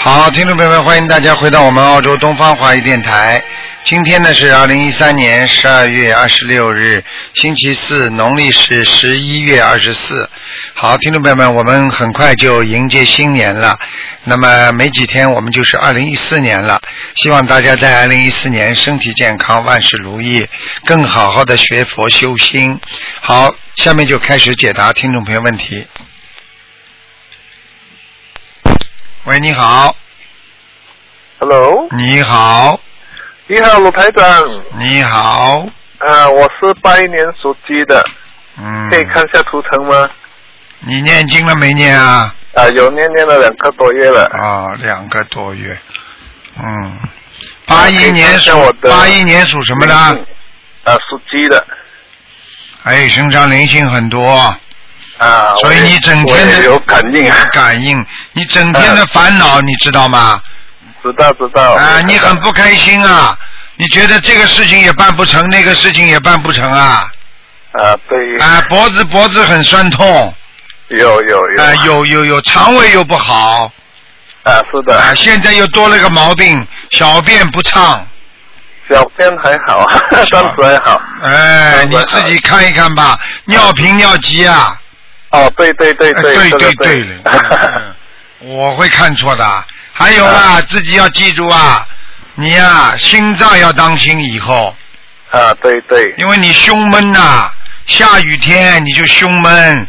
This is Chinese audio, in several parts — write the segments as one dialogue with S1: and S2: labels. S1: 好，听众朋友们，欢迎大家回到我们澳洲东方华语电台。今天呢是二零一三年十二月二十六日，星期四，农历是十一月二十四。好，听众朋友们，我们很快就迎接新年了。那么没几天，我们就是二零一四年了。希望大家在二零一四年身体健康，万事如意，更好好的学佛修心。好，下面就开始解答听众朋友问题。喂，你好，
S2: Hello，
S1: 你好，
S2: 你好，鲁台长。
S1: 你好，
S2: 啊，我是八一年属鸡的，
S1: 嗯，
S2: 可以看一下图腾吗？
S1: 你念经了没念啊？
S2: 啊，有念念了两个多月了。
S1: 啊、两个多月，嗯，八
S2: 可
S1: 一
S2: 以
S1: 年
S2: 看
S1: 属
S2: 下我的
S1: 八一年属什么的
S2: 嗯？？啊，属鸡的。
S1: 哎，身上灵性很多，
S2: 啊，
S1: 所以
S2: 我也
S1: 你整天的
S2: 我也有感应啊，
S1: 感应，你整天的烦恼，你知道吗？
S2: 知道哦知道。
S1: 啊，你很不开心啊，你觉得这个事情也办不成，那个事情也办不成啊，
S2: 啊，对，
S1: 啊，脖子脖子很酸痛，
S2: 有有有。
S1: 啊，有有有，肠胃又不好，
S2: 啊，是的，
S1: 啊，现在又多了个毛病，小便不畅。
S2: 小便还好，暂时还好。啊
S1: 哎，你自己看一看吧，尿频尿急啊，
S2: 哦，对对啊对
S1: 哎
S2: 对，这
S1: 对
S2: 个
S1: 对了，嗯嗯我会看错的。还有啊，自己要记住啊，你呀、心脏要当心以后，
S2: 啊，对对。
S1: 因为你胸闷呐、下雨天你就胸闷，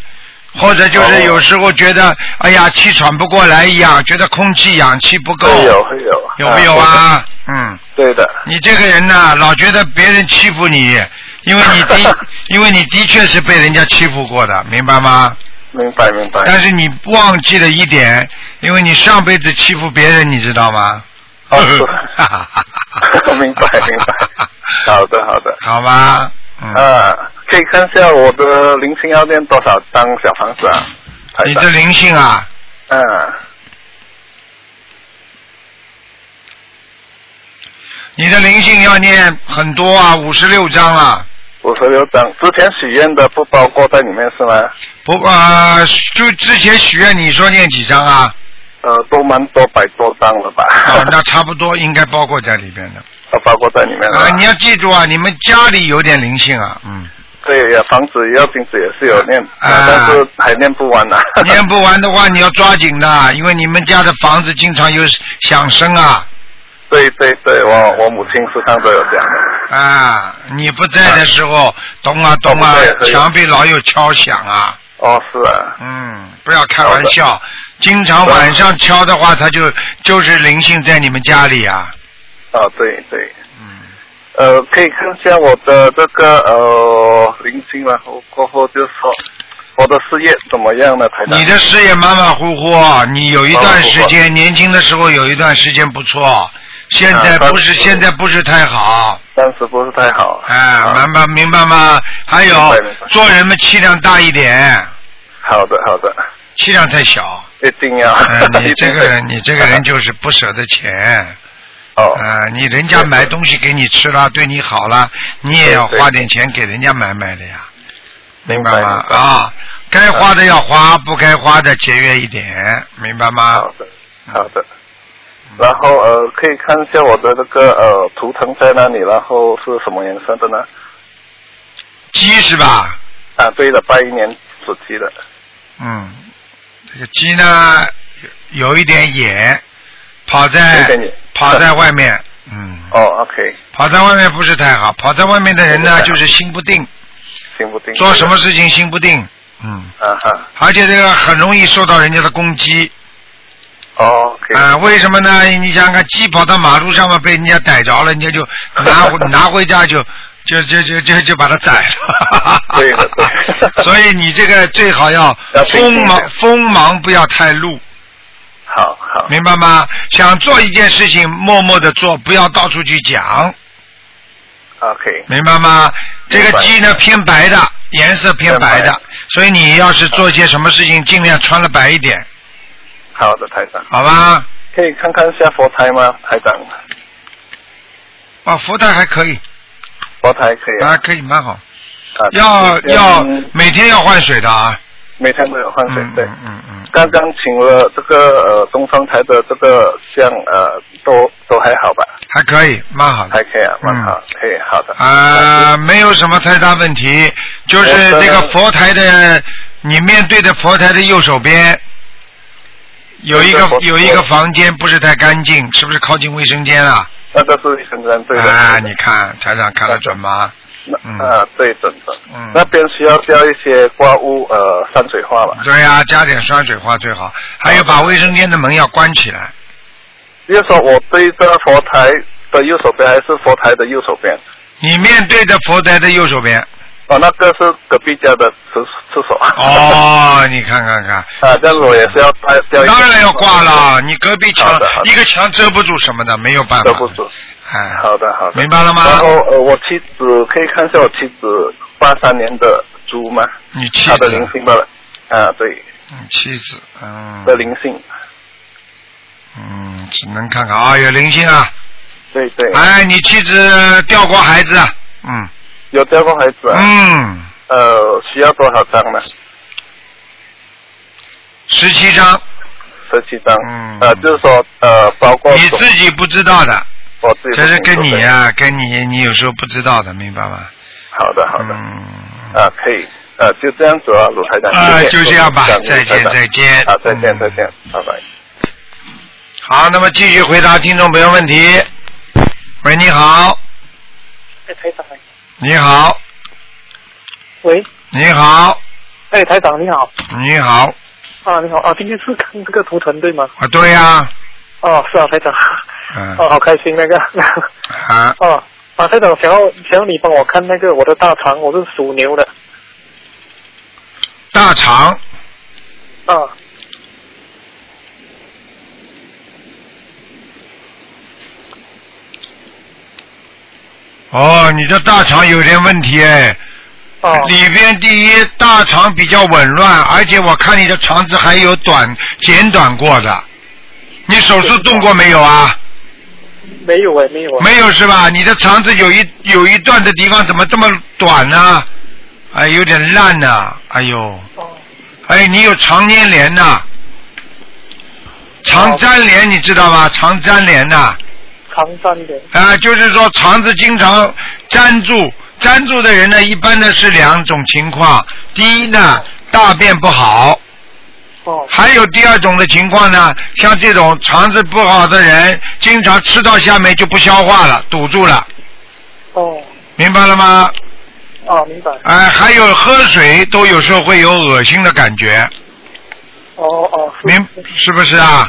S1: 或者就是
S2: 哦
S1: 有时候觉得哎呀气喘不过来一样，觉得空气氧气不够，
S2: 会有会有。
S1: 有没有？啊？嗯。
S2: 对的，
S1: 你这个人呐、老觉得别人欺负你，因为你的，因为你的确是被人家欺负过的，明白吗？
S2: 明白明白。
S1: 但是你忘记了一点，因为你上辈子欺负别人，你知道吗？
S2: 哦是明白明白。好的好的。
S1: 好吧，嗯，
S2: 啊，可以看一下我的零星要念多少张小房子啊？台
S1: 你
S2: 长
S1: 的灵性啊，
S2: 嗯、
S1: 你的灵性要念很多啊，五十六章啊，
S2: 五十六张，之前许愿的不包括在里面是吗？
S1: 不啊、就之前许愿你说念几章 啊？
S2: 呃，都蛮多百多张了吧？
S1: 哦，那差不多应该包括在里边的。 啊
S2: 都包括在里面了。
S1: 啊，你要记住啊，你们家里有点灵性啊，嗯，
S2: 对呀，房子要金子也是有念，
S1: 啊
S2: 但是还念不完呢、啊。
S1: 念不完的话你要抓紧的，因为你们家的房子经常有响声啊，
S2: 对对对，我我母亲时常都有讲的。
S1: 啊，你不在的时候咚啊咚啊
S2: 哦不在的，时候
S1: 墙壁老有敲响啊，
S2: 哦，是啊，
S1: 嗯，不要开玩笑，经常晚上敲的话，它就就是灵性在你们家里啊，
S2: 哦，对对。
S1: 嗯，
S2: 呃，可以看一下我的这个呃零星然后过后就说我的事业怎么样呢？台长？
S1: 你的事业马马虎虎，你有一段时
S2: 马马
S1: 间年轻的时候有一段时间不错，现在
S2: 啊
S1: 不是
S2: 当时
S1: 现在不是太好。
S2: 暂时不是太好。
S1: 哎，明白明白吗？还
S2: 啊明
S1: 有
S2: 白明白
S1: 做人们气量大一点，
S2: 好的好的，
S1: 气量太 小。
S2: 一定要。
S1: 呃你
S2: 一定
S1: 这
S2: 会
S1: 个人，你这个人就是不舍得钱。
S2: 哦，
S1: 呃，你人家
S2: 对
S1: 买东西给你吃了，对你好了，你也要
S2: 对对
S1: 花点钱给人家买买的呀，明白吗
S2: 明？白嗯
S1: 啊，该花的要花，不该花的节约一点，明白吗
S2: 好？的好的。然后呃，可以看一下我的这个呃图腾在哪里，然后是什么颜色的呢？
S1: 鸡是吧？
S2: 啊，对了，八一年属鸡的。
S1: 嗯，这个鸡呢，有有一点野，跑在
S2: 有点野
S1: 跑在外面，嗯。
S2: 哦，OK，
S1: 跑在外面不是太好，跑在外面的人呢，
S2: 不是太好
S1: 就是心不定，
S2: 行不定。
S1: 做什么？事情心不定，嗯，
S2: 啊哈，
S1: 而且这个很容易受到人家的攻击
S2: 哦，OK，
S1: 啊、为什么呢？你想想看，鸡跑到马路上面被人家逮着了，人家就拿 回拿回家就就就就就就把它宰了。
S2: 对的 对
S1: 所以你这个最好要
S2: 要平
S1: 锋
S2: 静
S1: 芒
S2: 点
S1: 锋芒不要太露，
S2: 好好，
S1: 明白吗？想做一件事情，默默的做，不要到处去讲。
S2: ，OK，
S1: 明白吗？这
S2: 明白
S1: 个鸡呢偏白的，颜色偏白
S2: 偏
S1: 的，所以你要是做些什么事情，尽量穿的白一点，
S2: 好的，台长，
S1: 好吧？
S2: 可以看看一下佛台吗？台长，
S1: 啊，福袋还可以，
S2: 佛台可以
S1: 啊啊，可以蛮好。
S2: 啊
S1: 要
S2: 嗯
S1: 要每天要换水的啊，
S2: 每天都有换水
S1: 嗯
S2: 对。
S1: 嗯嗯嗯，
S2: 刚刚请了这个呃东方台的这个像呃都都还好吧，
S1: 还可以，蛮好的
S2: 还。可以啊，蛮好，可以好的。
S1: 嗯啊、没有什么太大问题，就是这个佛台的，你面对的佛台的右手边有一个
S2: 对对
S1: 有一个房间不是太干净，是不是靠近卫生间了？
S2: 那个是很针对的。
S1: 啊，你看台长看得准吗？
S2: 那
S1: 嗯
S2: 啊，对，准准。
S1: 嗯
S2: 那边需要浇一些挂屋呃山水画吧，
S1: 对呀、加点山水画最好，还有把卫生间的门要关起来。
S2: 右手我对着佛台的右手边还是佛台的右手边？
S1: 你面对着佛台的右手边。
S2: 哦，那个是隔壁家的厕厕所。。
S1: 哦，你看看看，
S2: 啊，这样子我也是要拍掉一个。
S1: 当然要挂了，你隔壁
S2: 好
S1: 墙
S2: 的好的
S1: 一个墙遮不住什么的，没有办法。
S2: 遮不住。
S1: 哎，
S2: 好的，好的。
S1: 明白了吗
S2: 然后呃，我妻子可以看一下我妻子八三年的猪吗？
S1: 你妻
S2: 她的灵
S1: 子，
S2: 性吧？啊，对，
S1: 嗯妻子，嗯，
S2: 的灵性，
S1: 嗯，只能看看啊，有灵性啊。
S2: 对对，
S1: 哎，你妻子掉过孩子，嗯
S2: 有教过孩子啊？
S1: 嗯，
S2: 呃，需要多少张呢？
S1: 十七张，
S2: 十七张。
S1: 嗯
S2: 呃，就是说呃，包括
S1: 你自己不知道的，
S2: 我自己
S1: 这
S2: 的
S1: 是
S2: 名字
S1: 跟你。啊，跟你你有时候不知道的，明白吗？
S2: 对好的，好的。
S1: 嗯，
S2: 啊，可以，呃，就这样子啊，鲁台长。
S1: 啊，
S2: 谢谢
S1: 就这样吧
S2: 感，谢
S1: 再
S2: 台
S1: 见再见。
S2: 长好，再见
S1: 嗯
S2: 再见，拜拜。
S1: 好，那么继续回答听众朋友问题。喂，你好，
S3: 哎，台长，
S1: 你好，
S3: 喂，
S1: 你好，
S3: 哎，台长你好，
S1: 你好，
S3: 啊，你好，啊，今天是看这个图腾对吗？
S1: 啊，对呀、
S3: 哦，是啊，台长，
S1: 嗯，
S3: 哦，好开心那个，
S1: 啊，
S3: 哦，啊，台长，想要想要你帮我看那个我的大肠，我是属牛的，
S1: 大肠，
S3: 啊，
S1: 哦，你的大肠有点问题哎，
S3: 哦，
S1: 里边第一大肠比较紊乱，而且我看你的肠子还有短剪短过的，你手术动过没有啊？
S3: 没有哎，没有啊，
S1: 没有是吧？你的肠子有一有一段的地方怎么这么短呢、哎，有点烂呐、哎呦，
S3: 哦，
S1: 哎，你有肠粘连呐、肠粘连你知道吧？肠粘连呐、
S3: 肠粘连，
S1: 啊，就是说肠子经常粘住，粘住的人呢，一般呢是两种情况。第一呢，大便不好；
S3: 哦，
S1: 还有第二种的情况呢，像这种肠子不好的人，经常吃到下面就不消化了，堵住了，
S3: 哦，
S1: 明白了吗？
S3: 啊，明白，
S1: 哎、还有喝水都有时候会有恶心的感觉，
S3: 哦哦，是
S1: 明是不是啊？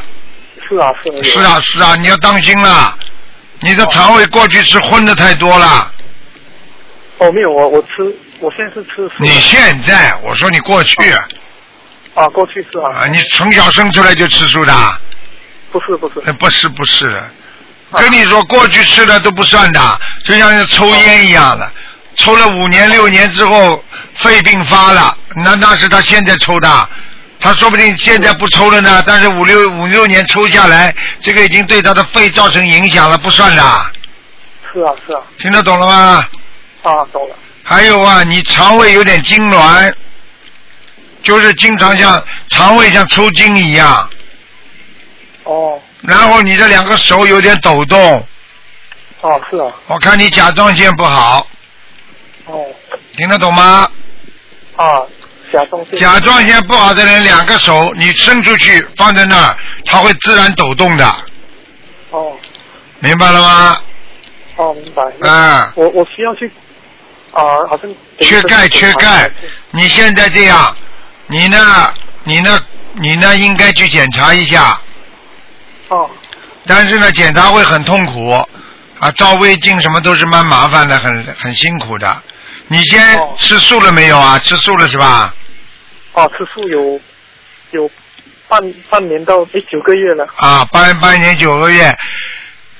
S3: 是啊是啊
S1: 是，啊是啊，你要当心了，你的肠胃过去吃荤的太多了。
S3: 哦，没有，我我吃，我现在是吃素的
S1: 你现在，我说你过去。
S3: 啊，过去是啊，
S1: 啊，你从小生出来就吃素的啊？
S3: 不是不是啊
S1: 哎，不是不是，跟你说过去吃的都不算的，就像是抽烟一样的，抽了五年六年之后肺病发了，那那是他现在抽的，他说不定现在不抽了呢，但是五六五六年抽下来，这个已经对他的肺造成影响了，不算的，
S3: 是啊是啊，
S1: 听得懂了吗？
S3: 啊，懂了，
S1: 还有啊，你肠胃有点痉挛，就是经常像肠胃像抽筋一样。
S3: 哦
S1: 然后你的两个手有点抖动，
S3: 哦是啊，
S1: 我看你甲状腺不好，
S3: 哦。
S1: 听得懂吗？
S3: 啊，甲状腺。
S1: 甲状腺不好的人，两个手你伸出去放在那儿，它会自然抖动的，
S3: 哦
S1: 明白了吗？
S3: 哦，明白。
S1: 嗯，
S3: 我我需要去啊，好像
S1: 缺钙缺钙，你现在这样，你呢，你呢，你呢应该去检查一下，
S3: 哦
S1: 但是呢检查会很痛苦，啊，照胃镜什么都是蛮麻烦的，很很辛苦的。你先
S3: 哦
S1: 吃素了没有啊？吃素了是吧？
S3: 哦，吃素有有半半年到诶九个月了。
S1: 啊，半半年九个月，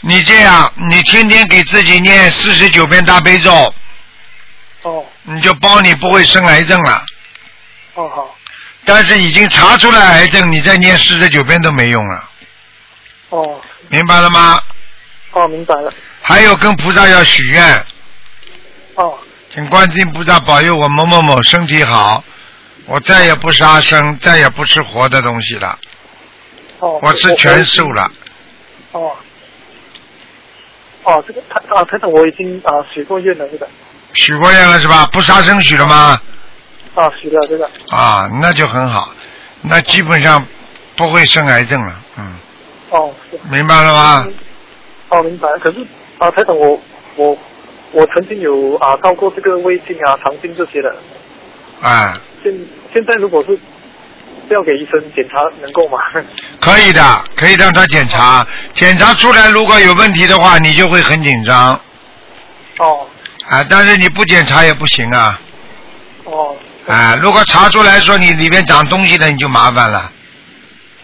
S1: 你这样，你天天给自己念四十九遍大悲咒，
S3: 哦
S1: 你就包你不会生癌症了。
S3: 哦好
S1: 但是已经查出来癌症，你再念四十九遍都没用了，
S3: 哦
S1: 明白了吗？
S3: 哦，明白了。
S1: 还有跟菩萨要许愿，
S3: 哦
S1: 请观世音菩萨保佑我某某某身体好，我再也不杀生，再也不吃活的东西了，
S3: 哦，
S1: 我吃全素了。
S3: 哦。哦，这个他啊，台长，我已经啊许过愿了，这个
S1: 许过愿了是吧？不杀生许了吗？
S3: 啊许了这个
S1: 啊，那就很好，那基本上不会生癌症了。嗯，
S3: 哦是
S1: 明白了吗？
S3: 哦明白。可是啊，台长，我我我曾经有啊照过这个胃镜啊、肠镜这些的，
S1: 哎，
S3: 现现在如果是要给医生检查，能够吗？
S1: 可以的，可以让他检查，检查出来如果有问题的话，你就会很紧张
S3: 哦
S1: 啊。但是你不检查也不行啊
S3: 哦
S1: 啊！如果查出来说你里面长东西了，你就麻烦了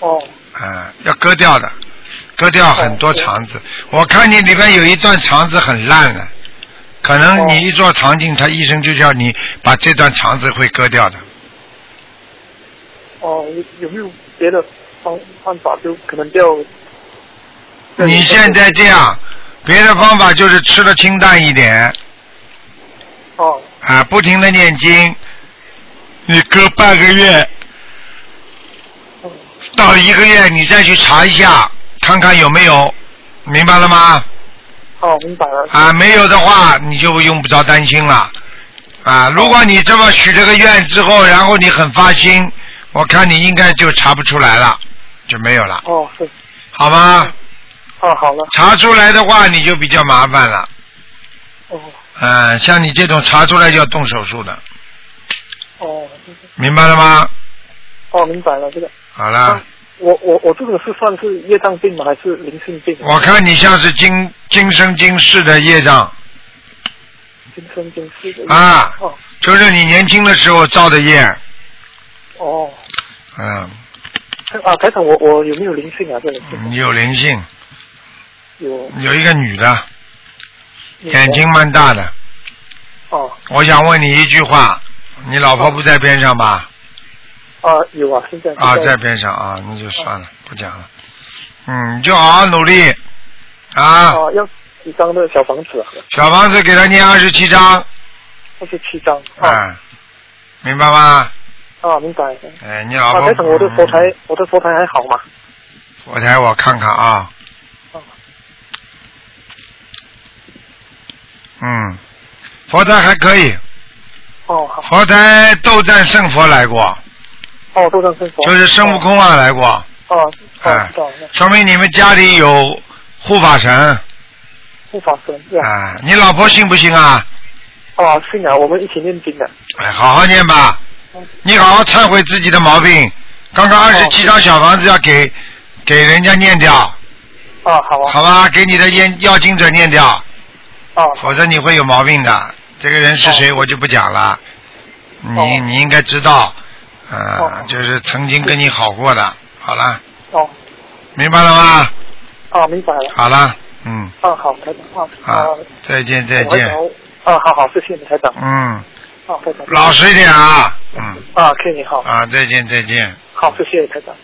S3: 哦
S1: 啊，要割掉的，割掉很多肠子。我看你里面有一段肠子很烂了，可能你一做肠镜，他医生就叫你把这段肠子会割掉的。
S3: 哦，有有没有别的方办法？就可能就
S1: 你现在这样，别的方法就是吃的清淡一点
S3: 哦
S1: 啊，不停的念经，你隔半个月
S3: 哦
S1: 到一个月，你再去查一下，看看有没有，明白了吗？
S3: 哦，明白了
S1: 啊，没有的话，你就用不着担心了。啊，如果你这么许了个愿之后，然后你很发心，我看你应该就查不出来了，就没有了，
S3: 哦是
S1: 好吗？
S3: 哦好了
S1: 查出来的话，你就比较麻烦了。
S3: 哦
S1: 嗯，像你这种查出来就要动手术的，
S3: 哦
S1: 明白了吗？
S3: 哦明白了这个。
S1: 好了
S3: 啊，我我我这个是算是业障病吗？还是灵性病？
S1: 我看你像是今今生今世的业障，
S3: 今生今世的
S1: 啊
S3: 哦
S1: 就是你年轻的时候造的业。
S3: 哦，
S1: 嗯，
S3: 啊，台长，我我有没有灵性啊？这里
S1: 你有灵性，
S3: 有啊
S1: 有一个女的，
S3: 有
S1: 眼睛蛮大的。
S3: 哦
S1: 我想问你一句话，你老婆不在边上吧？
S3: 啊有啊，现在
S1: 啊，
S3: 现
S1: 在边上啊，那就算了，不讲了。嗯，你就好好努力啊！
S3: 啊要几张的小房子啊？
S1: 小房子给他念二十七章，
S3: 二十七张啊
S1: 嗯，明白吗？
S3: 啊，明白。
S1: 哎，你老
S3: 啊，
S1: 婆
S3: 台长，我的佛台，我的佛台还好吗？
S1: 佛台我看看啊
S3: 哦。
S1: 嗯，佛台还可以，
S3: 哦好，
S1: 佛台斗战胜佛来过，
S3: 哦，多张生活
S1: 就是孙悟空啊来过，
S3: 哦哦，
S1: 哎
S3: 知道了，
S1: 说明你们家里有护法神
S3: 护法神是吧？
S1: 啊。你老婆信不信啊？
S3: 哦，信啊，我们一起念经的。
S1: 哎，好好念吧，你好好忏悔自己的毛病。刚
S3: 哦
S1: 刚二十七张小房子要给给人家念掉，
S3: 啊，好啊，
S1: 好吧？给你的烟要经者念掉，
S3: 啊，
S1: 否则你会有毛病的。这个人是谁，
S3: 哦
S1: 我就不讲了。你
S3: 哦
S1: 你应该知道，呃
S3: 哦，
S1: 就是曾经跟你好过的。好了，
S3: 哦，
S1: 明白了吗？
S3: 啊，明白了。
S1: 好了，嗯，
S3: 啊，好，台长啊，
S1: 啊
S3: 啊，，
S1: 再见再
S3: 我还
S1: 见
S3: 想，要。啊，好好，谢谢你，台长。
S1: 嗯，
S3: 啊，台长。
S1: 老实一点啊，嗯，
S3: 啊，可以，好，
S1: 啊，再见再见。
S3: 好，谢谢台长。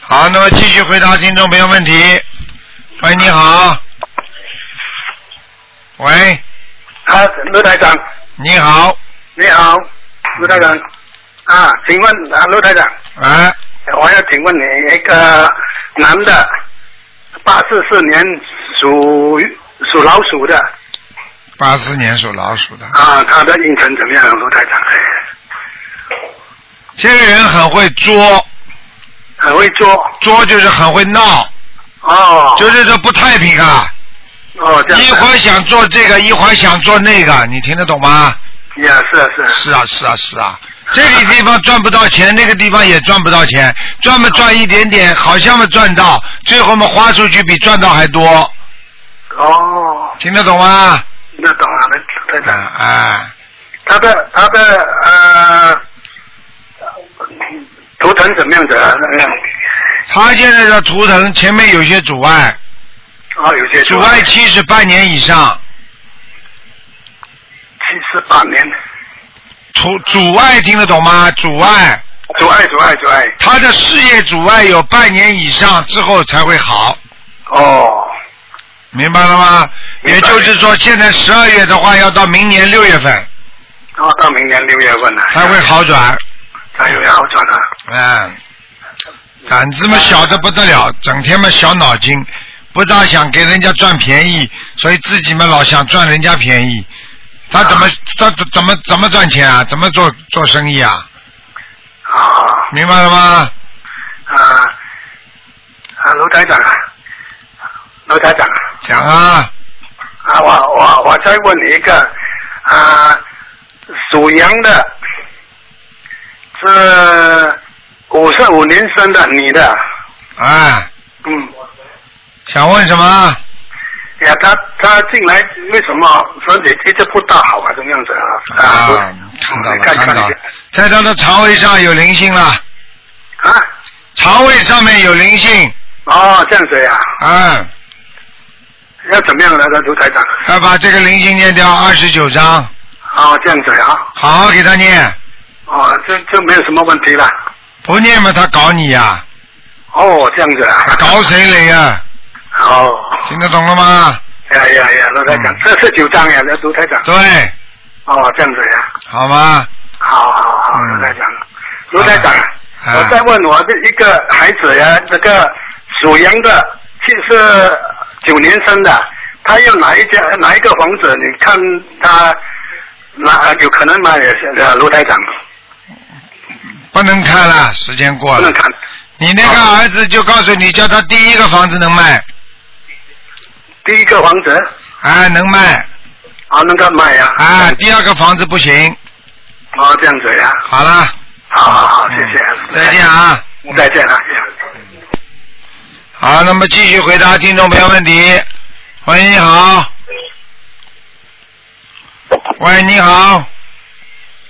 S1: 好，那么继续回答听众朋友问题。喂，你好。喂，
S4: 啊，卢台长，
S1: 你好。
S4: 你好，卢台长。啊，请问啊，卢台长，
S1: 哎，
S4: 我要请问你一个男的，八四四年属属老鼠的
S1: 八四年属老鼠的，
S4: 啊，他的运程怎么样，卢台长？
S1: 这个人很会作，
S4: 很会做
S1: 作就是很会闹，
S4: 哦，
S1: 就是说不太平啊，
S4: 哦这样
S1: 一
S4: 子
S1: 会儿想做这个，一会儿想做那个，你听得懂吗？
S4: 也是啊是啊
S1: 是啊，是啊，是啊，这个地方赚不到钱，那个地方也赚不到钱，赚嘛赚一点点，好像嘛赚到，最后嘛花出去比赚到还多，
S4: 哦，
S1: 听得懂吗？
S4: 那懂了，卢台
S1: 啊
S4: 长，
S1: 哎。
S4: 他的他的呃图腾怎么样子啊？那个
S1: 他现在的图腾前面有些阻碍，
S4: 哦，有些
S1: 阻碍期是半年以上，
S4: 七十八年，
S1: 阻阻碍听得懂吗？阻碍，
S4: 阻碍阻碍阻碍。
S1: 他的事业阻碍有半年以上之后才会好，
S4: 哦，
S1: 明白了吗？
S4: 明
S1: 也
S4: 白
S1: 就是说，现在十二月的话，要到明年六月份，
S4: 哦，到明年六月份了，
S1: 才会好转。
S4: 才有好转啊了。
S1: 嗯，胆子嘛小的不得了，整天嘛小脑筋，不大想给人家赚便宜，所以自己嘛老想赚人家便宜。他怎么、他他怎么怎么赚钱啊？怎么做做生意啊？
S4: 哦，
S1: 明白了吗？
S4: 啊啊，卢台长啊，卢台长啊，
S1: 讲啊，
S4: 啊，我我我再问你一个啊，属羊的是五十五年生的女的，
S1: 哎，
S4: 嗯，
S1: 想问什
S4: 啊
S1: 么？
S4: 呀，她她进来为什么身体一直不大好啊？这样子啊？
S1: 啊，看
S4: 看
S1: 到了，
S4: 看
S1: 看
S4: 一
S1: 到了
S4: 下，
S1: 在他的肠胃上有灵性了，
S4: 啊，
S1: 肠胃上面有灵性，
S4: 哦，这样子呀、
S1: 嗯，
S4: 要怎么样呢？卢台长？
S1: 要把这个灵性念掉二十九章，
S4: 哦，这样子啊。
S1: 好好给他念，
S4: 哦，这这没有什么问题了。
S1: 不念嘛他搞你呀、
S4: 哦，这样子啊。
S1: 搞谁嘞呀、
S4: 哦，
S1: 听得懂了吗？
S4: 呀呀呀，卢台长
S1: 嗯，
S4: 这是九张呀，卢台长。
S1: 对，
S4: 哦，这样子呀。
S1: 好吗？啊
S4: 好好好，
S1: 嗯
S4: 卢台长，卢台长，
S1: 啊
S4: 我再问我的一个孩子呀，那个属羊的，七十九年生的，他要哪一家哪一个房子？你看他哪有可能吗？也是呃，卢台长
S1: 不能看了，时间过
S4: 不能
S1: 了。
S4: 看
S1: 你那个儿子就告诉你，叫他第一个房子能卖，
S4: 第一个房子
S1: 啊，能卖，
S4: 啊，那个卖呀
S1: 啊，第二个房子不行。
S4: 哦，这样子呀，
S1: 好了，
S4: 好好好，谢谢，
S1: 嗯再见，啊。
S4: 再见啊。
S1: 好，那么继续回答听众朋友问题。喂，你好。喂，你好。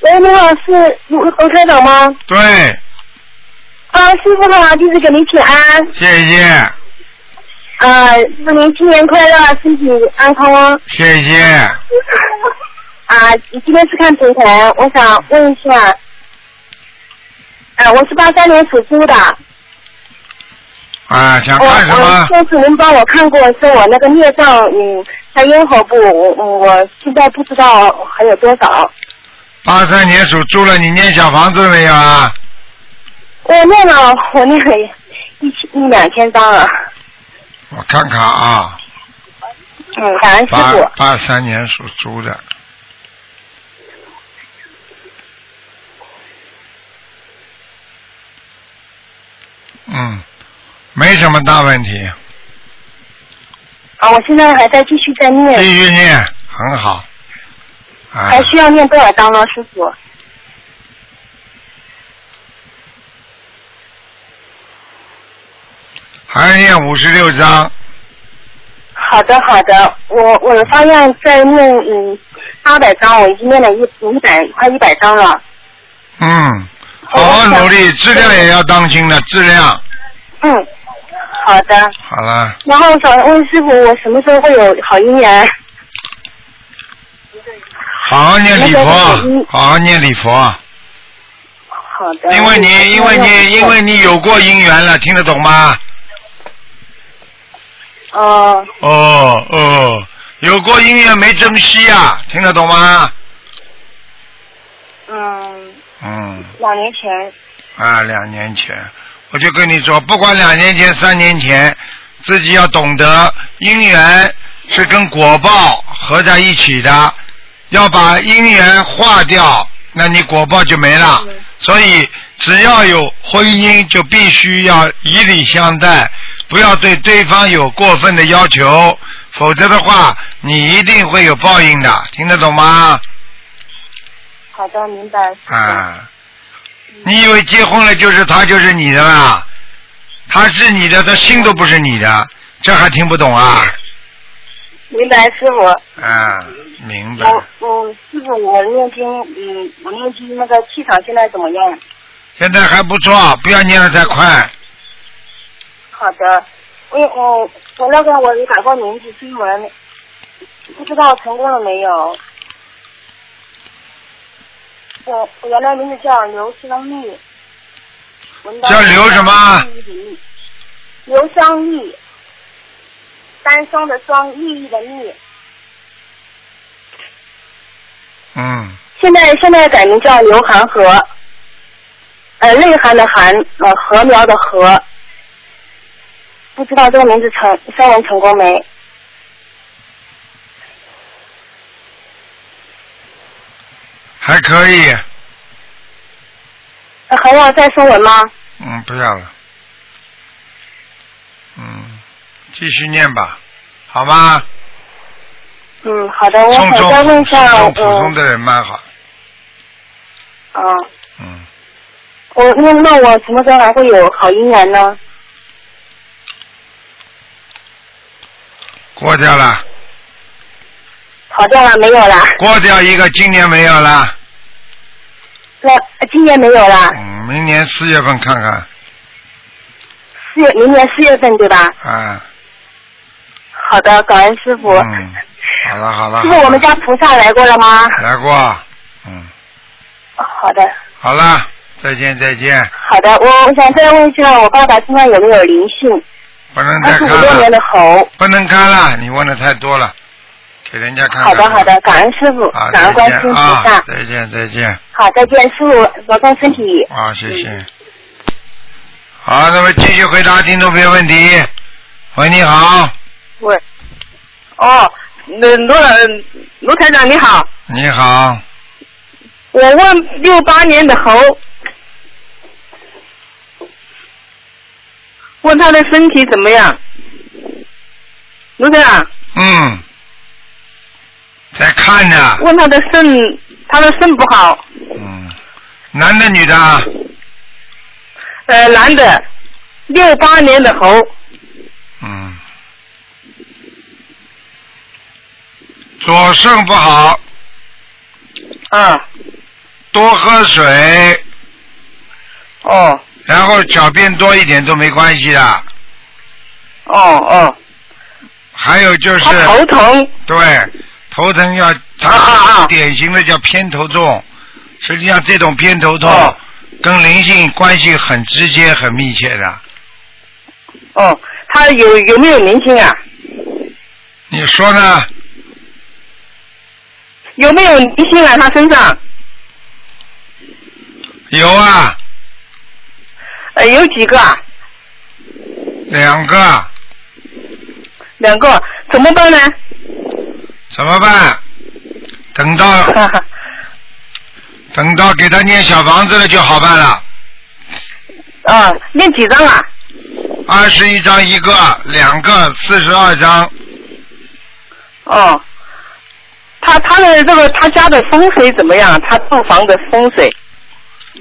S5: 喂，你好，哎是卢卢台长吗？
S1: 对，
S5: 啊，师傅好，弟子给您请安。
S1: 谢谢，
S5: 呃，祝您新年快乐，身体安康哦。
S1: 谢谢。
S5: 啊，今天是看平台，我想问一下，啊，我是八三年属猪的，
S1: 啊，想
S5: 我
S1: 看什
S5: 我
S4: 哦
S1: 么？
S5: 上次您帮我看过，是我那个孽障，嗯，在咽喉部，我我我现在不知道还有多少。
S1: 八三年属猪了，你念小房子了没有啊？
S5: 我念了，我念了一千一两千张了，
S1: 我看看啊，
S5: 嗯，感恩师
S1: 八
S5: 傅。
S1: 八三年属猪的。嗯，没什么大问题，
S5: 啊，我现在还在继续在念。
S1: 继续念，很好。啊，
S5: 还需要念多少章呢，师傅？
S1: 还要念五十六章，
S5: 好的，好的，我我的方向在念嗯八百章，我已经念了一一百快一百章了。
S1: 嗯，好好努力，质量也要当心的，质量。
S5: 嗯，好的。
S1: 好了，
S5: 然后我想问师傅，我什么时候会有好姻缘？
S1: 好好念礼佛，好好念礼佛，
S5: 好 的。
S1: 因为你，因为你，因为你有过姻缘了，听得懂吗？
S5: 哦、
S1: 哦哦，有过姻缘没珍惜啊，听得懂吗？
S5: 嗯，
S1: 嗯，
S5: 两年前。
S1: 啊，两年前我就跟你说，不管两年前、三年前，自己要懂得姻缘是跟果报合在一起的，要把姻缘化掉，那你果报就没了。所以只要有婚姻，就必须要以礼相待，不要对对方有过分的要求，否则的话，你一定会有报应的，听得懂吗？
S5: 好的，明白。师傅。
S1: 啊，你以为结婚了就是他就是你的啦？他是你的，他心都不是你的，这还听不懂啊？
S5: 明白，师傅。
S1: 啊，明白。
S5: 我我师傅，我念经，嗯，我念经那个气场现在怎么样？
S1: 现在还不错，不要念的太快。
S5: 好的，我我我那个我也改过名字新闻，不知道成功了没有？我我原来名字叫刘香丽，文丹
S1: 叫刘什么？
S5: 刘香丽，单双的双，利益的利。
S1: 嗯，
S5: 现在现在改名叫刘涵和，呃，内涵的涵，呃，禾苗的禾。不知道这个名字成声纹成功没？
S1: 还可以，
S5: 呃还要再声纹吗？
S1: 嗯，不要了，嗯，继续念吧，好吗？
S5: 嗯，好的，我
S1: 送
S5: 想再问
S1: 中送
S5: 一下，呃
S1: 中普
S5: 我
S1: 通的人蛮好，
S5: 啊，
S1: 嗯，
S5: 我那那我什么时候还会有好姻缘呢？
S1: 过掉了，
S5: 跑掉了没有啦？
S1: 过掉一个，今年没有了，
S5: 那呃今年没有啦，
S1: 嗯，明年四月份看看，
S5: 四月明年四月份对吧？
S1: 啊，
S5: 好的，感恩师傅。
S1: 嗯，好了好了，
S5: 师傅，我们
S1: 好
S5: 家菩萨来过了吗？
S1: 了来过，嗯，
S5: 好的，
S1: 好了，再见再见，
S5: 好的，我我想再问一下，我爸爸身上有没有灵性？
S1: 不能
S5: 二
S1: 再
S5: 十五
S1: 看
S5: 六年
S1: 了，
S5: 的猴。
S1: 不能看了，你问的太多了，给人家看看
S5: 好的，
S1: 吧
S5: 好的，，感恩师傅，
S1: 啊，
S5: 感
S1: 再
S5: 恩观世
S1: 见
S5: 音菩
S1: 啊
S5: 萨，。
S1: 再见再见。
S5: 好，再见，师傅，保重身体。
S1: 啊，谢谢。好，那么继续回答听众朋友问题。喂，你好，
S6: 喂，哦，那卢卢台长你好，
S1: 你好，
S6: 我问六八年的猴，问他的身体怎么样？卢台长，
S1: 嗯，在看呢，
S6: 问他的肾，他的肾不好，
S1: 嗯，男的女的啊，
S6: 呃，男的，六八年的猴，
S1: 嗯，左肾不好，
S6: 啊，
S1: 多喝水，
S6: 哦，
S1: 然后小便多一点都没关系的。
S6: 哦哦，
S1: 还有就是，
S6: 他头疼，
S1: 对，头疼要
S6: 啊啊
S1: 它
S6: 啊
S1: 典型的叫偏头痛，实际上这种偏头痛、
S6: 哦
S1: 跟灵性关系很直接、很密切的。
S6: 哦，他有有没有灵性啊？
S1: 你说呢？
S6: 有没有灵性啊？他身上，
S1: 有啊，
S6: 呃，有几个啊？
S1: 两个，
S6: 两个，怎么办呢？
S1: 怎么办？等到
S6: 哈哈，
S1: 等到给他念小房子了就好办了，
S6: 啊，念几张啊？
S1: 二十一张一个，两个四十二张，
S6: 哦，他他的这个他家的风水怎么样？他住房的风水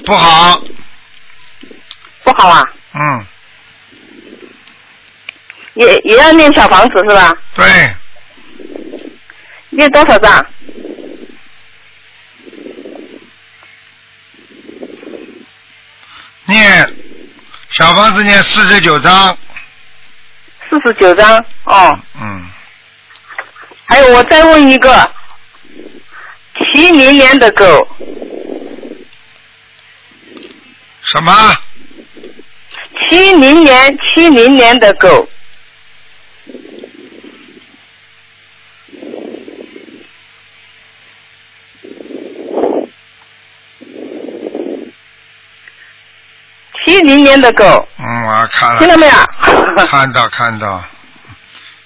S1: 不好，
S6: 不好啊，
S1: 嗯，
S6: 也也要念小房子是吧？
S1: 对，
S6: 念多少张？
S1: 念小房子念四十九张，
S6: 四十九张。哦，
S1: 嗯，
S6: 还有我再问一个，七零年的狗，
S1: 什么？
S6: 七零年七零年的狗，七零年的狗，
S1: 嗯，我看了
S6: 听。到没有？
S1: 看到看到，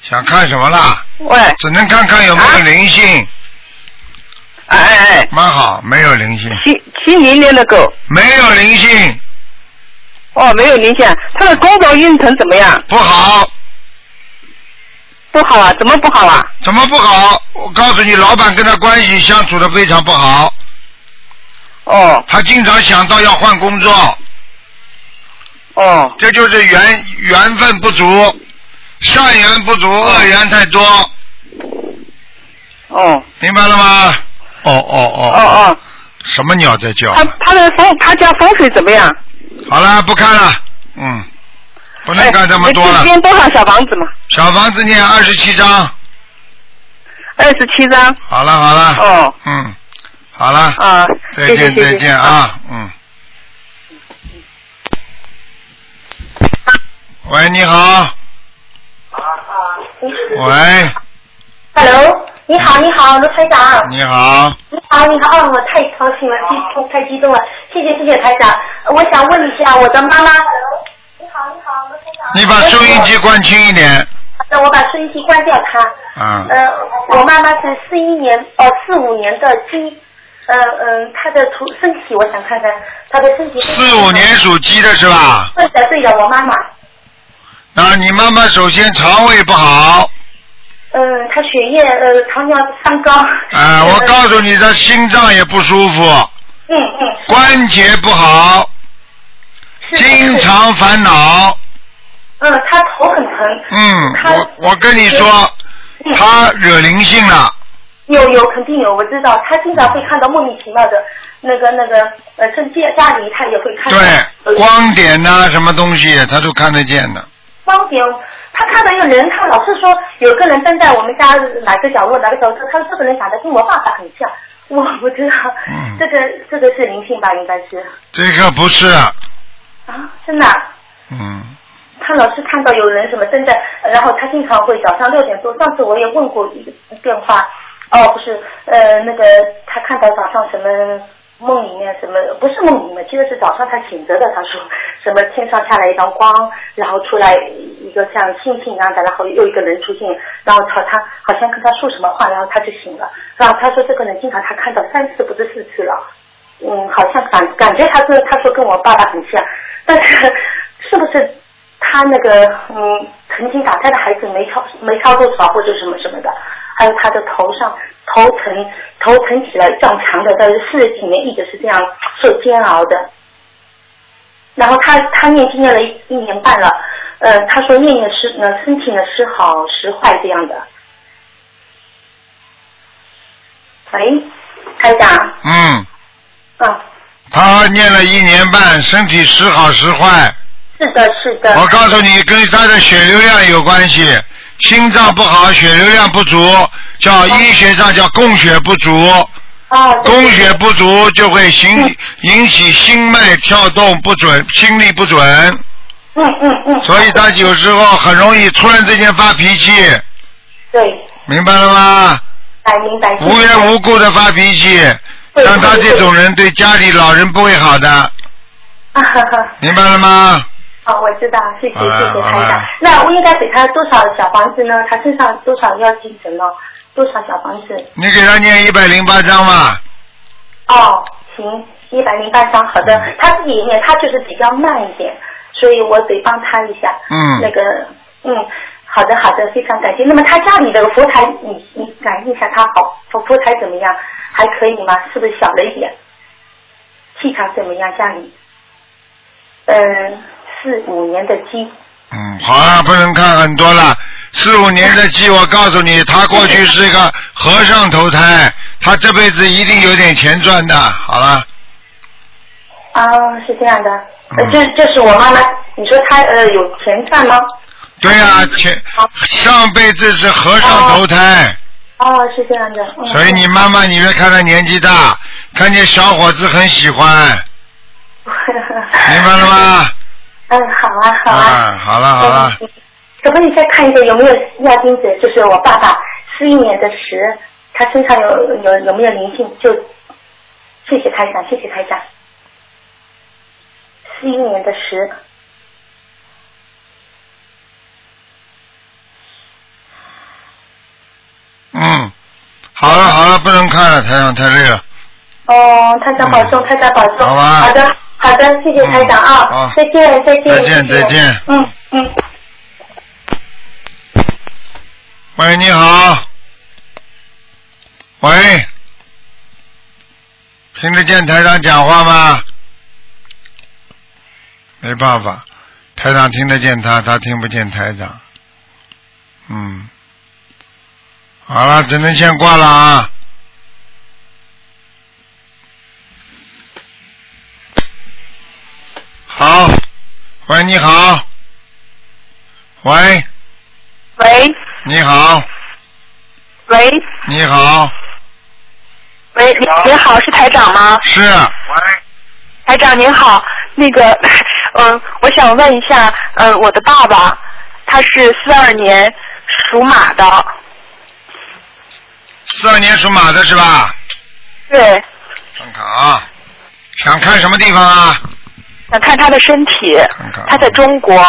S1: 想看什么啦？
S6: 喂，哎
S1: 只能看看有没有灵性，
S6: 哎
S1: 蛮好，没有灵性
S6: 哎，，七七零年的狗，
S1: 没有灵性，
S6: 哦，没有灵性，它的工作运程怎么样？
S1: 不好，
S6: 不好啊？怎么不好啊？
S1: 怎么不好？我告诉你，老板跟他关系相处的非常不好，
S6: 哦
S1: 他经常想到要换工作，
S6: 哦
S1: 这就是缘缘分不足，善缘不足，恶缘太多，
S6: 哦
S1: 明白了吗？哦哦
S6: 哦
S1: 哦，
S6: 哦，
S1: 什么鸟在叫啊？
S6: 他他的风他家风水怎么样？
S1: 好了，不看了，嗯，不能看这么多
S6: 哎
S1: 了。
S6: 念多少小房子嘛？
S1: 小房子念二十七章，
S6: 二十七张。
S1: 好了好了。
S6: 哦
S1: 嗯，好了，
S6: 啊，
S1: 再
S6: 谢谢
S1: 见
S6: 谢谢
S1: 再见啊，嗯。喂，你
S6: 啊
S1: 好。喂，
S5: Hello，你好，你好，卢台长，
S1: 你好，
S5: 你好，
S7: 啊，你好，我太高兴了，激太激动了，谢谢谢谢台长。我想问一下，我的妈妈。你好，你好，罗台长。
S1: 你把收音机关轻一点，
S7: 好呃的，我把收音机关掉它。
S1: 啊，
S7: 呃，我妈妈是四一年，哦，四五年的鸡，呃嗯、她的图身体，我想看看她的身体。
S1: 四五年。属鸡的是吧？
S7: 对的，对的，我妈妈，
S1: 啊，你妈妈首先肠胃不好，
S7: 嗯、她血液呃糖尿三高。
S1: 啊，我告诉你，她心脏也不舒服，
S7: 嗯嗯，
S1: 关节不好，
S7: 是
S1: 经。常烦恼。
S7: 嗯，她头很疼。
S1: 嗯，
S7: 她
S1: 我我跟你说，
S7: 嗯
S1: 她惹灵性了，
S7: 有有肯定有，我知道，他经常会看到莫名其妙的，那个那个呃，这家家里他也会看到。呃
S1: 对，
S7: 光
S1: 光点呐、什么东西她都看得见的。
S7: 光点，他看到一个人，他老是说有个人站在我们家哪个角落哪个角落，他说这个人长得跟我爸爸很像，我不知道，
S1: 嗯
S7: 这个这个是灵性吧，应该是
S1: 这个不是，
S7: 啊，真的啊、
S1: 嗯，
S7: 他老是看到有人什么正在，然后他经常会早上六点多。上次我也问过一个电话，哦，不是，呃，那个他看到早上什么梦里面什么，不是梦里面，其实是早上他醒着的。他说什么天上下来一道光，然后出来一个像星星一样的，然后又一个人出现，然后他他好像跟他说什么话，然后他就醒了。然后他说这个人经常他看到三次不是四次了。嗯，好像感感觉他跟他说跟我爸爸很像，但是 是不是他那个嗯曾经打胎的孩子没超没超多少或者什么什么的，还有他的头上头疼头疼起来胀呃长的，但是四十几年一直是这样受煎熬的。然后他他念经念了一一年半了，呃，他说念念时呢身体呢时好时坏这样的。喂，台长，
S1: 嗯，
S7: 嗯，
S1: 她念了一年半，身体时好时坏。
S7: 是的，是的。
S1: 我告诉你，跟她的血流量有关系，心脏不好，血流量不足，叫医学上叫供血不足。
S7: 啊，对
S1: 供血不足就会引引起心脉跳动不准、心力不准，
S7: 嗯嗯嗯，
S1: 所以他有时候很容易突然之间发脾气，
S7: 对，
S1: 明白了吗？
S7: 哎，明白。
S1: 无缘无故的发脾气，
S7: 对
S1: 像他这种人对家里老人不会好的，
S7: 啊哈哈，
S1: 明白了吗？
S7: 好，我知道，谢谢
S1: 好
S7: 谢
S1: 了
S7: 谢
S1: 好啊
S7: 台
S1: 了
S7: 长。那我应该给他多少小房子呢？他身上多少要精神了？多少小房子？
S1: 你给他念一百零八章吧，
S7: 哦，行，一百零八张，好的。
S1: 嗯
S7: 他自己念，他就是比较慢一点，所以我得帮他一下。
S1: 嗯
S7: 那个，嗯，好的好的，非常感谢。那么他家里的佛台，你你感应一下他好佛佛台怎么样？还可以吗？是不是小了一点？气场怎么样？家里？嗯，四五年的鸡。
S1: 嗯，好了，不能看很多了。四五年的鸡，我告诉你，他过去是一个和尚投胎，他这辈子一定有点钱赚的。好了，
S7: 啊，是这样的。呃
S1: 嗯，
S7: 这这是我妈妈，你说她呃有钱赚吗？
S1: 对呀、前上辈子是和尚投胎，
S7: 哦，是这样的。嗯、
S1: 所以 你妈妈，你别看她年纪大，看见小伙子很喜欢，明白了吗？
S7: 嗯，好啊，好啊。
S1: 啊，好了好了，
S7: 嗯。可不可以再看一个有没有亚金子？就是我爸爸四一年的蛇，他身上有有有没有灵性？就谢谢台长，谢谢台长。四一年的蛇，
S1: 嗯，好了好了，不能看了，台长太累了。
S7: 哦，台长保重，
S1: 嗯
S7: 台长保重。
S1: 好吧
S7: 好的，好的，谢谢台长啊，
S1: 嗯好
S7: 再见，再见，
S1: 再见
S7: 谢谢
S1: 再见
S7: 嗯嗯。
S1: 喂，你好。喂，听得见台长讲话吗？没办法，台长听得见他，他听不见台长。嗯，好了，只能先挂了啊。好，喂，你好，喂，
S6: 喂
S1: 你好，
S6: 喂
S1: 你好，
S6: 喂，您您好，是台长吗？
S1: 是，
S6: 台长您好，那个，
S5: 呃
S6: 嗯，我想问一下，嗯，我的爸爸，他是四二年属马的，
S1: 四二年属马的是吧？
S6: 对，
S1: 啊，想看什么地方啊？
S5: 想看他的身体
S1: 看看啊，
S5: 他在中国，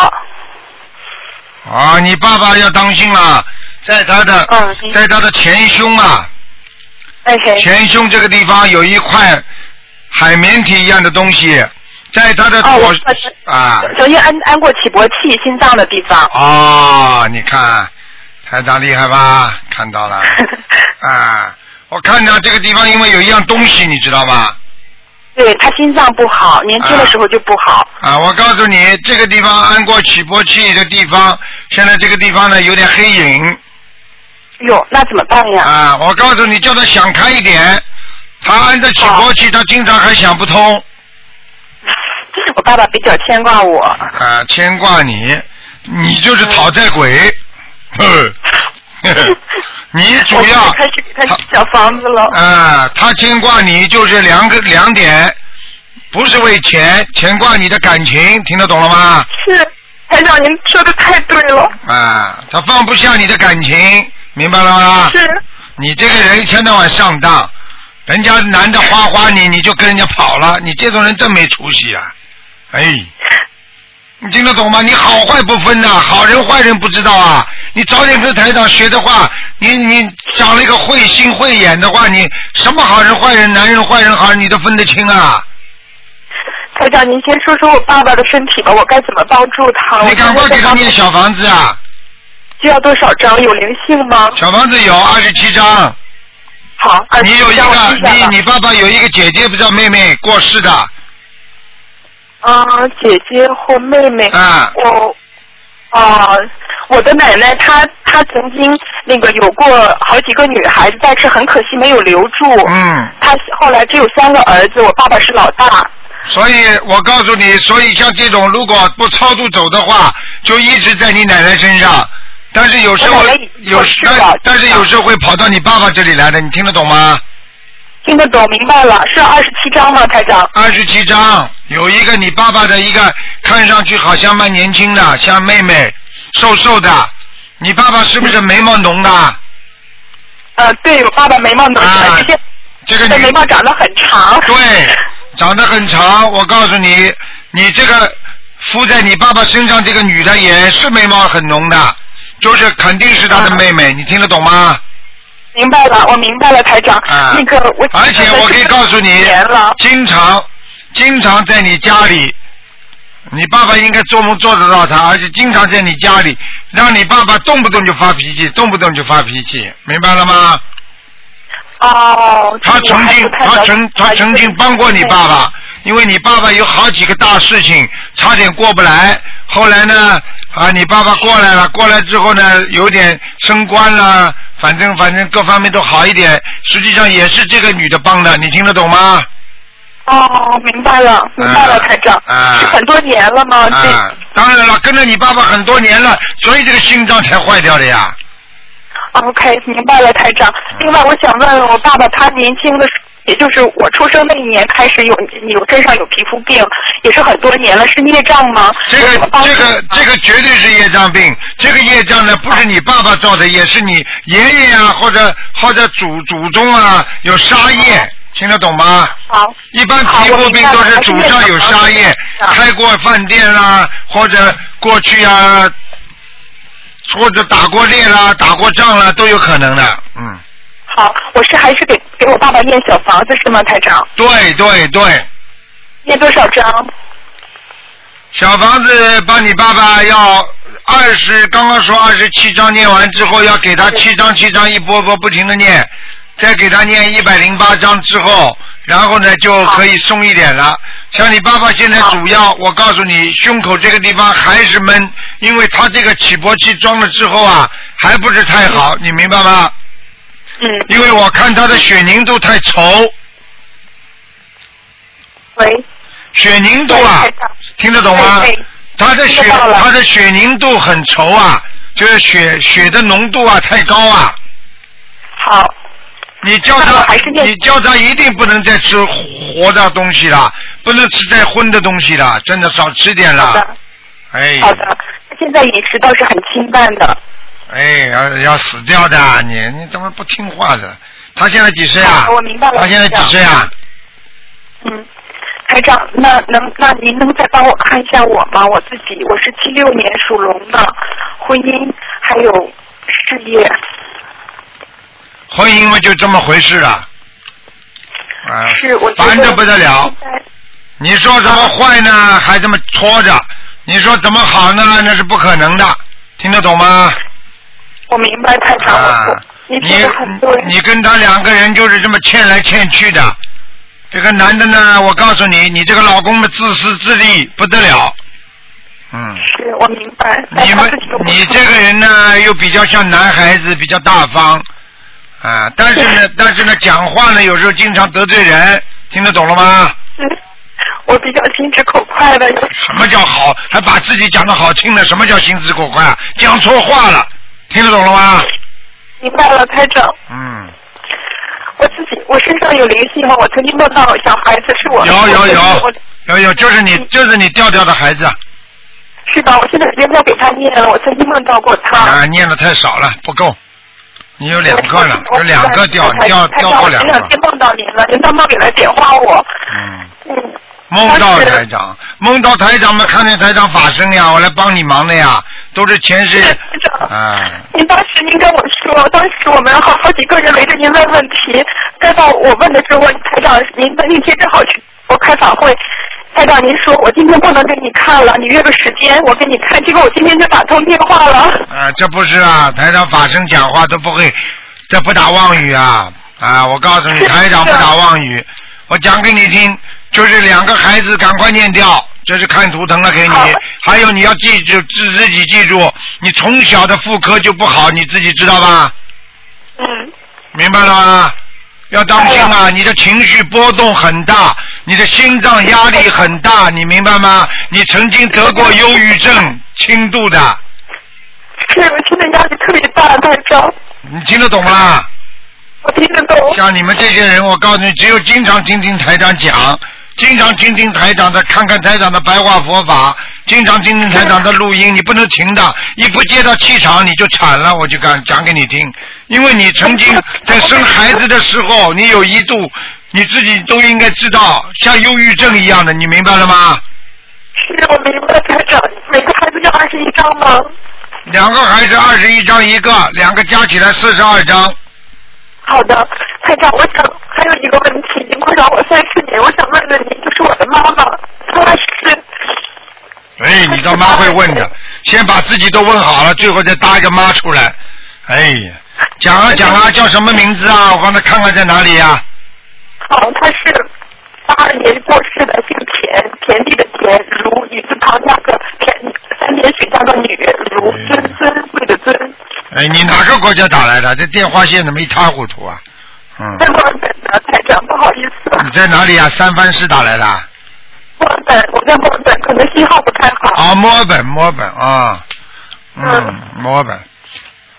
S1: 啊，你爸爸要当心了，在他的、
S5: 嗯嗯
S1: 在他的前胸啊，
S5: 哎嘿，
S1: 前胸这个地方有一块海绵体一样的东西，在他的
S5: 哦
S1: 左、
S5: 我知道是
S1: 啊
S5: 曾经安安过起搏器，心脏的地方。
S1: 哦，你看，台长厉害吧？看到 了啊！我看到这个地方，因为有一样东西，你知道吧？
S5: 对他心脏不好，年轻的时候就不好。
S1: 啊，我告诉你，这个地方安过起搏器的地方，现在这个地方呢有点黑影
S5: 哟，那怎么办呀？
S1: 啊！我告诉你，叫他想开一点。他安着起搏
S5: 啊
S1: 器，他经常还想不通
S5: 我爸爸比较牵挂我，
S1: 啊，牵挂你，你就是讨债鬼。 呵呵你主
S5: 我
S1: 要
S5: 开始给他小房子了。
S1: 啊，他牵挂你就是两个两点，不是为钱，牵挂你的感情，听得懂了吗？
S5: 是，台长，您说的太对了。
S1: 啊，他放不下你的感情，明白了吗？
S5: 是，
S1: 你这个人一天到晚上当，人家男的花花你，你就跟人家跑了，你这种人真没出息啊！哎，你听得懂吗？你好坏不分呐、好人坏人不知道啊！你早点跟台长学的话，你你长了一个慧心慧眼的话，你什么好人坏人、男人坏人好人你都分得清啊！
S5: 台长，您先说说我爸爸的身体吧，我该怎么帮助他？
S1: 你赶快给他念小房子啊！
S5: 需要多少张？有灵性吗？
S1: 小房子有二十七张，
S5: 好，二
S1: 你有一
S5: 让我记
S1: 个
S5: 下了
S1: 你你爸爸有一个姐姐不知道妹妹过世的
S5: 啊，姐姐或妹妹，
S1: 啊。
S5: 我啊，我的奶奶她她曾经那个有过好几个女孩子，但是很可惜没有留住。
S1: 嗯，
S5: 她后来只有三个儿子，我爸爸是老大。
S1: 所以我告诉你，所以像这种如果不超度走的话，就一直在你奶奶身上。但是有时候
S5: 我奶奶已经
S1: 有
S5: 过世了
S1: 但但是有时候会跑到你爸爸这里来的，你听得懂吗？
S5: 听得懂，明白了，是二十七张吗，台长？
S1: 二十七章有一个你爸爸的一个看上去好像蛮年轻的，像妹妹，瘦瘦的。你爸爸是不是眉毛浓的？
S5: 呃，对我爸爸眉毛浓起来，
S1: 啊
S5: 这些
S1: 这个
S5: 这眉
S1: 女
S5: 毛长得很长。
S1: 对，长得很长。我告诉你，你这个敷在你爸爸身上这个女的也是眉毛很浓的，就是肯定是他的妹妹，你听得懂吗？
S5: 明白了，我明白了，台长。
S1: 啊，
S5: 那个我
S1: 而且我可以告诉你
S5: 年了，，
S1: 经常经常在你家里，你爸爸应该做梦做得到他，而且经常在你家里，让你爸爸动不动就发脾气，动不动就发脾气，明白了吗？
S5: 哦，
S1: 他
S5: 这个
S1: 曾
S5: 我还
S1: 经
S5: 不，太
S1: 他
S5: 了
S1: 曾
S5: 解
S1: 他曾经帮过你爸爸，因为你爸爸有好几个大事情差点过不来，后来呢，啊，你爸爸过来了，过来之后呢，有点升官了，反正反正各方面都好一点，实际上也是这个女的帮的，你听得懂吗？
S5: 哦，明白了，明白了，
S1: 啊
S5: 台长，
S1: 啊
S5: 是很多年了吗？
S1: 啊，当然了，跟着你爸爸很多年了，所以这个心脏才坏掉的呀。
S5: 这 OK，明白了，台长。
S1: 嗯
S5: 另外，我想问问我爸爸，他年轻的时候，也就是我出生那一年开始有有身上有皮肤病，也是很多年了，是孽障吗？
S1: 这
S5: 我怎么
S1: 个
S5: 帮啊
S1: 这个
S5: 他
S1: 这个绝对是业障病，这个业障呢不是你爸爸造的，也是你爷爷啊或者或者祖祖宗啊有杀
S5: 哦
S1: 业，听得懂吗？
S5: 好，
S1: 一般
S5: 好
S1: 皮
S5: 我
S1: 肤
S5: 明
S1: 病
S5: 白
S1: 都
S5: 了
S1: 是
S5: 还是
S1: 祖
S5: 业
S1: 上
S5: 障
S1: 有
S5: 好
S1: 杀业，
S5: 啊
S1: 开过饭店啦，或者过去啊，或者打过猎啦、打过仗啦，都有可能的。嗯，
S5: 好，我是还是给给我爸爸念小房子是吗，台长？
S1: 对对对，
S5: 念多少张？
S1: 小房子帮你爸爸要二十，刚刚说二十七章念完之后，要给他七章七章一波波不停的念，再给他念一百零八章之后，然后呢就可以松一点了。像你爸爸现在主要，我告诉你，胸口这个地方还是闷，因为他这个起搏器装了之后啊，还不是太好，你明白吗？
S5: 嗯，
S1: 因为我看他的血凝度太稠，
S5: 喂，
S1: 血凝度啊
S5: 喂，台，长，
S1: 听得懂吗？
S5: 对对
S1: 他的血
S5: 知道了
S1: 他的血凝度很稠啊，就是血血的浓度啊太高啊。
S5: 好，
S1: 你叫
S5: 那我
S1: 他
S5: 还是，念
S1: 你叫他一定不能再吃活的东西了，不能吃再荤的东西了，真的少吃点
S5: 好
S1: 了
S5: 的。，
S1: 哎，
S5: 好的。他现在饮食倒是很清淡的，
S1: 哎，要要死掉的，你你怎么不听话的？他现在几岁啊
S5: 好？我明白了
S1: 他现在几岁啊？
S6: 嗯，台长，那能那您能再帮我看一下我吗？我自己我是七六年属龙的，婚姻还有事业，
S1: 婚姻嘛就这么回事了。啊，
S6: 是我觉
S1: 烦
S6: 得
S1: 得不得了。你说怎么坏呢？还这么拖着？你说怎么好呢？那是不可能的，听得懂吗？
S6: 我明白台长，
S1: 啊
S6: 我，
S1: 你
S6: 您说的很对，
S1: 你跟他两个人就是这么欠来欠去的。这个男的呢，我告诉你，你这个老公的自私自利不得了。嗯，
S6: 是哎我明白。但
S1: 你
S6: 他
S1: 们
S6: 自己都不
S1: 你
S6: 知
S1: 这
S6: 道
S1: 个人呢，又比较像男孩子，比较大方啊，但是呢，但是呢，讲话呢，有时候经常得罪人，听得懂了吗？
S6: 是我比较心直口快的，有
S1: 什么叫好？还把自己讲的好听呢？什么叫心直口快啊？讲错话了，听得懂了吗？
S6: 明白了，台长，
S1: 嗯，
S6: 我自己我身上有灵性哈，我曾经梦到小孩子是我，
S1: 嗯有有
S6: 啊我
S1: 有有有，就是你就是你调调的孩子
S6: 是吧？我现在直接给他念了，我曾经梦到过他。
S1: 啊，念的太少了，不够。你有两个了，有两个调，
S6: 台
S1: 调
S6: 长
S1: 调过两
S6: 前两
S1: 个。
S6: 天梦到您了，您当妈给来点化我。
S1: 嗯，
S6: 嗯，
S1: 梦到
S6: 当时
S1: 台长，梦到台长们看见台长法身呀，我来帮你忙的呀，都是前世
S6: 是台长。
S1: 啊。
S6: 您当时您跟我说，当时我们好好几个人围着您问问题，该到我问的时候，台长您的那天正好去我开法会，台长您说我今天不能给你看了，你约个时间我给你看，结果我今天就打通电话了。
S1: 啊，这不是啊，台长法身讲话都不会，这不打妄语啊啊！我告诉你，台长不打妄语，我讲给你听，就是两个孩子赶快念掉，这是看图腾了给你
S6: 好，
S1: 还有你要记住自自己记住，你从小的妇科就不好，你自己知道吧？
S6: 嗯，
S1: 明白了吗？要当心啊！你的情绪波动很大，你的心脏压力很大，你明白吗？你曾经得过忧郁症轻度的，
S6: 是我现在压力特别大，台长，
S1: 你听得懂吗？
S6: 我听得 懂。
S1: 像你们这些人，我告诉你，只有经常听听台长讲，经常听听台长的，看看台长的白话佛法，经常听听台长的录音，你不能停的。一不接到气场，你就惨了，我就敢讲给你听，因为你曾经在生孩子的时候，你有一度你自己都应该知道，像忧郁症一样的，你明白了吗？
S6: 是我明白，台长，每个孩子要二十一张吗？
S1: 两个孩子二十一张一个，两个加起来四十二张。
S6: 好的，台长，我想还有一个问题，您困扰我三十年，我想问问您，就是我的妈妈，她是
S1: 哎，你倒妈会问的，先把自己都问好了，最后再搭一个妈出来。哎呀，讲啊讲啊，叫什么名字啊？我帮他看看在哪里啊呀、
S6: 好，哦她是八二年过世的，姓田，田地的田，如雨字旁加个田，三点水加个女，如
S1: 嗯
S6: 尊尊贵的尊，
S1: 哎，你哪个国家打来的？这电话线怎么一塌糊涂啊？嗯，
S6: 在墨尔本的台长，不好意思，
S1: 你在哪里啊？三藩市打来的啊？
S6: 墨尔本，我在墨尔本，可能信号不太好。
S1: 啊，墨尔本，墨尔本啊，嗯
S6: 嗯，
S1: 墨尔本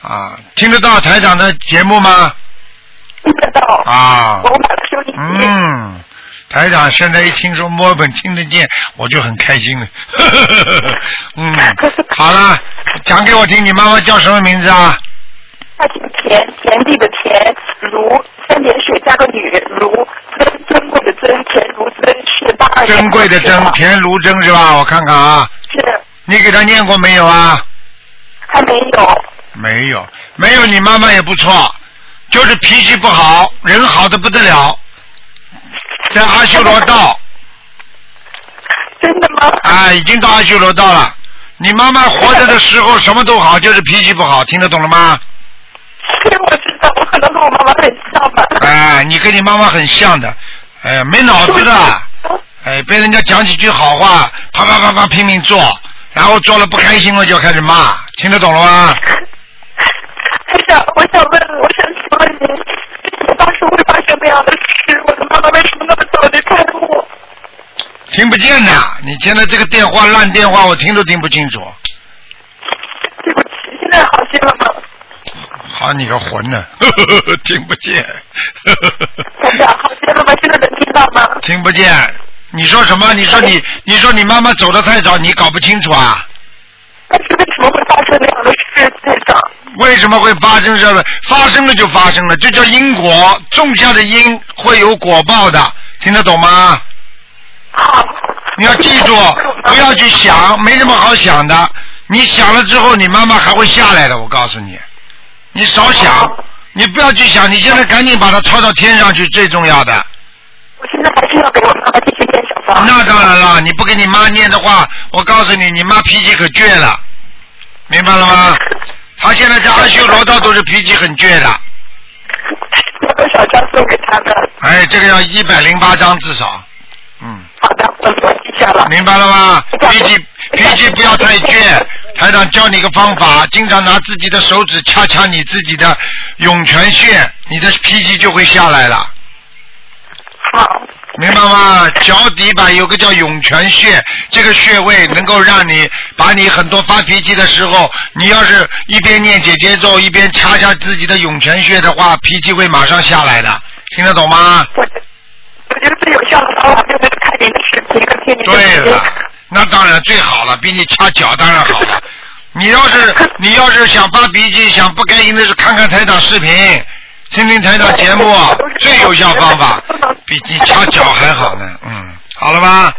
S1: 啊，听得到台长的节目吗？
S6: 听得到，
S1: 啊
S6: 我，把收 音机。
S1: 嗯，台长现在一听说墨尔本听得见，我就很开心了。 嗯，好了，讲给我听，你妈妈叫什么名字啊？
S6: 他姓田，田地的田，如三点水加个女，如尊尊贵的尊，田如尊是八二年
S1: 珍贵的 珍，田如珍是吧？我看看啊，
S6: 是
S1: 你给她念过没有啊？
S6: 还没有，
S1: 没有，没有，你妈妈也不错，就是脾气不好，人好的不得了，在阿修罗道。
S6: 真的吗？
S1: 啊，已经到阿修罗道了。你妈妈活着的时候什么都好，就是脾气不好，听得懂了吗？
S6: 是我知道，我可能跟我妈妈很像吧。
S1: 哎，你跟你妈妈很像的，哎，没脑子 的，哎，被人家讲几句好话，啪啪啪啪拼命做，然后做了不开心了就开始骂，听得懂了吗？
S6: 台长，哎我想问，我想请问您，为什么当时会发生那样的事？我的妈妈为什么那么早就开悟？
S1: 听不见呐，你现在这个电话烂电话，我听都听不清楚。
S6: 对不起，现在好些了吗？
S1: 好你个混呢， 听不见，
S6: 台长，好些了吗？现在能听到吗？
S1: 听不见。你说什么？你说你，你说你妈妈走的太早，你搞不清楚啊？
S6: 但是为什么会发生那样的事？台长，
S1: 为什么会发生这个？发生了就发生了，这叫因果，种下的因会有果报的，听得懂吗？
S6: 好。
S1: 你要记 住，不要去想，没什么好想的。你想了之后，你妈妈还会下来的，我告诉你。你少想，你不要去想，你现在赶紧把它抄到天上去，最重要的。
S6: 我现在还是要给我妈妈继续念小房。
S1: 那当然了，你不给你妈念的话，我告诉你，你妈脾气可倔了，明白了吗？她现在在阿修罗道都是脾气很倔的。
S6: 有多少张送给他的？
S1: 哎，这个要一百零八章至少，嗯，
S6: 好的，我我记下了。
S1: 明白了吗？脾气脾气不要太倔。台长教你个方法，经常拿自己的手指掐掐你自己的涌泉穴，你的脾气就会下来了。
S6: 好，
S1: 明白吗？脚底板有个叫涌泉穴，这个穴位能够让你把你很多发脾气的时候，你要是一边念姐姐咒一边掐下自己的涌泉穴的话，脾气会马上下来的，听得懂吗？
S6: 我我觉得最有效的方法就是看您的视频跟听您的
S1: 对
S6: 视频
S1: 了。，那当然最好了，比你掐脚当然好了。你要是你要是想发脾气，想不开心的是看看台长视频，听听台长节目，最有效方法，比你掐脚还好呢。嗯，好了吧？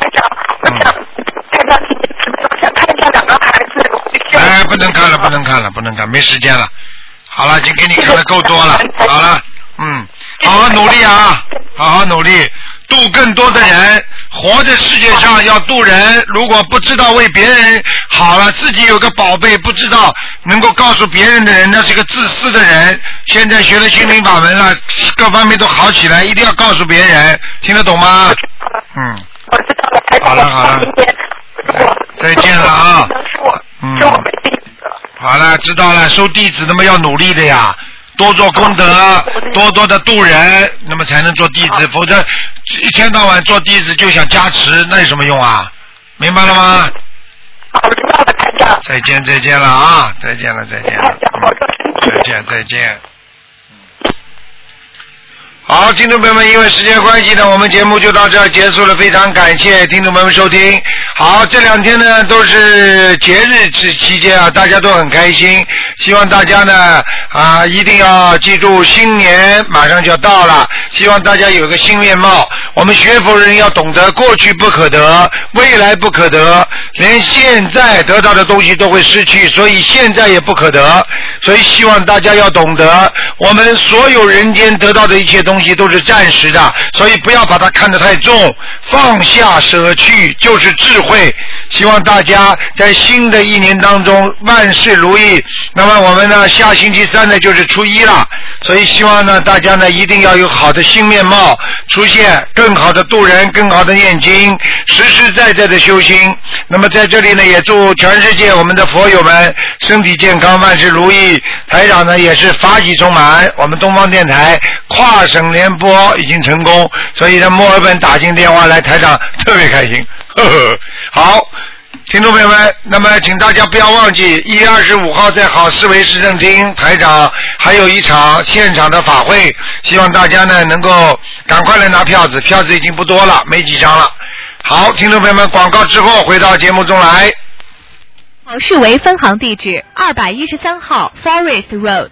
S6: 台长，我想
S1: 嗯
S6: 台长，请您指导我想看一下两个孩子，我需要
S1: 哎，不能看了，不能看了，不能看，没时间了。好了，已经给你看的够多了，好了，嗯，好好努力啊，好好努力，度更多的人。活在世界上要度人，如果不知道为别人好了，自己有个宝贝，不知道能够告诉别人的人，那是个自私的人。现在学了心灵法门了，各方面都好起来，一定要告诉别人，听得懂吗？嗯，
S6: 我知道了，台长，
S1: 好了好了
S6: 明天如果
S1: 再见了啊
S6: 能是我
S1: 嗯
S6: 是我没地址的。
S1: 好了，知道了，收弟子那么要努力的呀，多做功德，多多的度人，那么才能做弟子，否则一天到晚做弟子就想加持，那有什么用啊？明白了吗？
S6: 好，我知道了，台长，
S1: 再见，再见了啊！再见了，再见
S6: 台
S1: 了，
S6: 长，保重身体。
S1: 再见，再见。好，听众朋友们，因为时间关系呢，我们节目就到这儿结束了。非常感谢听众朋友们收听。好，这两天呢都是节日之期间啊，大家都很开心。希望大家呢啊一定要记住，新年马上就要到了，希望大家有个新面貌。我们学佛人要懂得过去不可得，未来不可得，连现在得到的东西都会失去，所以现在也不可得。所以希望大家要懂得，我们所有人间得到的一切东西都是暂时的，所以不要把它看得太重，放下舍去就是智慧。希望大家在新的一年当中万事如意。那么我们呢，下星期三呢就是初一了，所以希望呢大家呢一定要有好的新面貌出现，更好的度人，更好的念经，实实在在的修心。那么在这里呢，也祝全世界我们的佛友们身体健康，万事如意。台长呢也是法喜充满，我们东方电台跨省联播已经成功，所以呢墨尔本打进电话来，台长特别开心。呵呵，好。听众朋友们，那么请大家不要忘记，一月二十五号在好思维市政厅，台长还有一场现场的法会，希望大家呢能够赶快来拿票子，票子已经不多了，没几张了。好，听众朋友们，广告之后回到节目中来。
S8: 呃市为分行地址二百一十三号 Forest Road。